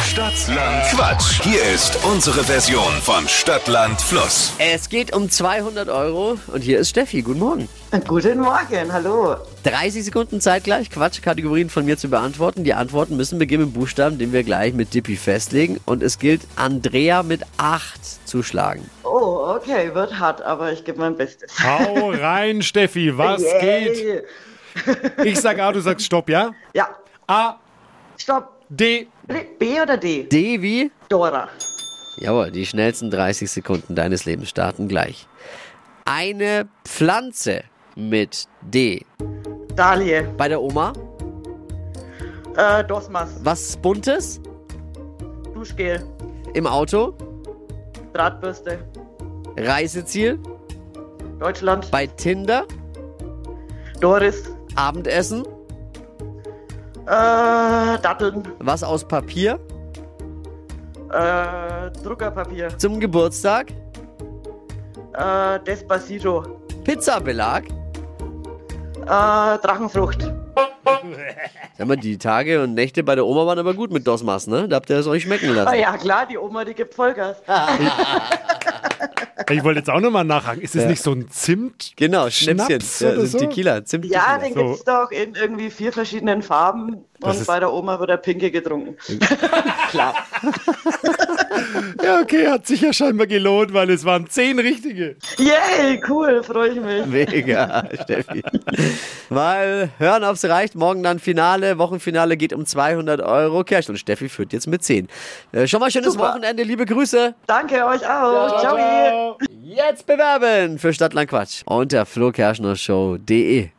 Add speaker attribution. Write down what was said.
Speaker 1: Stadtland Quatsch. Hier ist unsere Version von Stadtland Fluss.
Speaker 2: Es geht um 200 Euro und hier ist Steffi. Guten Morgen.
Speaker 3: Guten Morgen, hallo.
Speaker 2: 30 Sekunden Zeit gleich, Quatschkategorien von mir zu beantworten. Die Antworten müssen beginnen mit Buchstaben, den wir gleich mit Dippy festlegen. Und es gilt, Andrea mit 8 zu schlagen.
Speaker 3: Oh, okay, wird hart, aber ich gebe mein Bestes.
Speaker 4: Hau rein, Steffi, was geht?
Speaker 3: Yay.
Speaker 4: Ich sag A, du sagst Stopp, ja?
Speaker 3: Ja,
Speaker 4: A,
Speaker 3: stopp.
Speaker 4: D.
Speaker 3: B oder D?
Speaker 2: Devi.
Speaker 3: Dora.
Speaker 2: Jawohl, die schnellsten 30 Sekunden deines Lebens starten gleich. Eine Pflanze mit D.
Speaker 3: Dalie.
Speaker 2: Bei der Oma
Speaker 3: Äh, Dosmas.
Speaker 2: was Buntes
Speaker 3: Duschgel.
Speaker 2: im Auto,
Speaker 3: Drahtbürste.
Speaker 2: Reiseziel,
Speaker 3: Deutschland.
Speaker 2: bei Tinder,
Speaker 3: Doris.
Speaker 2: Abendessen,
Speaker 3: Äh, Datteln.
Speaker 2: was aus Papier,
Speaker 3: Äh, Druckerpapier.
Speaker 2: zum Geburtstag,
Speaker 3: Äh, Despacito.
Speaker 2: Pizzabelag.
Speaker 3: Äh, Drachenfrucht.
Speaker 2: Sag mal, die Tage und Nächte bei der Oma waren aber gut mit Dosmas, ne? Da habt ihr es euch schmecken
Speaker 3: Ah
Speaker 2: lassen.
Speaker 3: ja, klar, die Oma, die gibt Vollgas.
Speaker 4: Ich wollte jetzt auch nochmal nachhaken. Ist es nicht so ein Zimt?
Speaker 2: Genau, Schnäpschen.
Speaker 4: Schnaps
Speaker 2: Ja,
Speaker 4: oder
Speaker 2: das ist
Speaker 4: so?
Speaker 2: Tequila, Zimt. Tequila.
Speaker 3: Ja, den
Speaker 4: So.
Speaker 3: gibt's doch in irgendwie vier verschiedenen Farben.
Speaker 4: Das
Speaker 3: Und
Speaker 4: ist-
Speaker 3: bei der Oma wird der Pinke getrunken.
Speaker 2: klar.
Speaker 4: Ja, okay, hat sich ja scheinbar gelohnt, weil es waren zehn richtige.
Speaker 3: Yay, cool, freue ich mich.
Speaker 2: Mega, Steffi. Mal hören, ob's reicht. Morgen dann Finale. Wochenfinale geht um 200 Euro Cash. Und Steffi führt jetzt mit 10. Äh, schon mal schönes
Speaker 3: Super.
Speaker 2: Wochenende. Liebe Grüße.
Speaker 3: Danke euch auch. Ciao.
Speaker 4: Oh.
Speaker 2: Jetzt bewerben für Stadtland Quatsch unter flokerschnershow.de.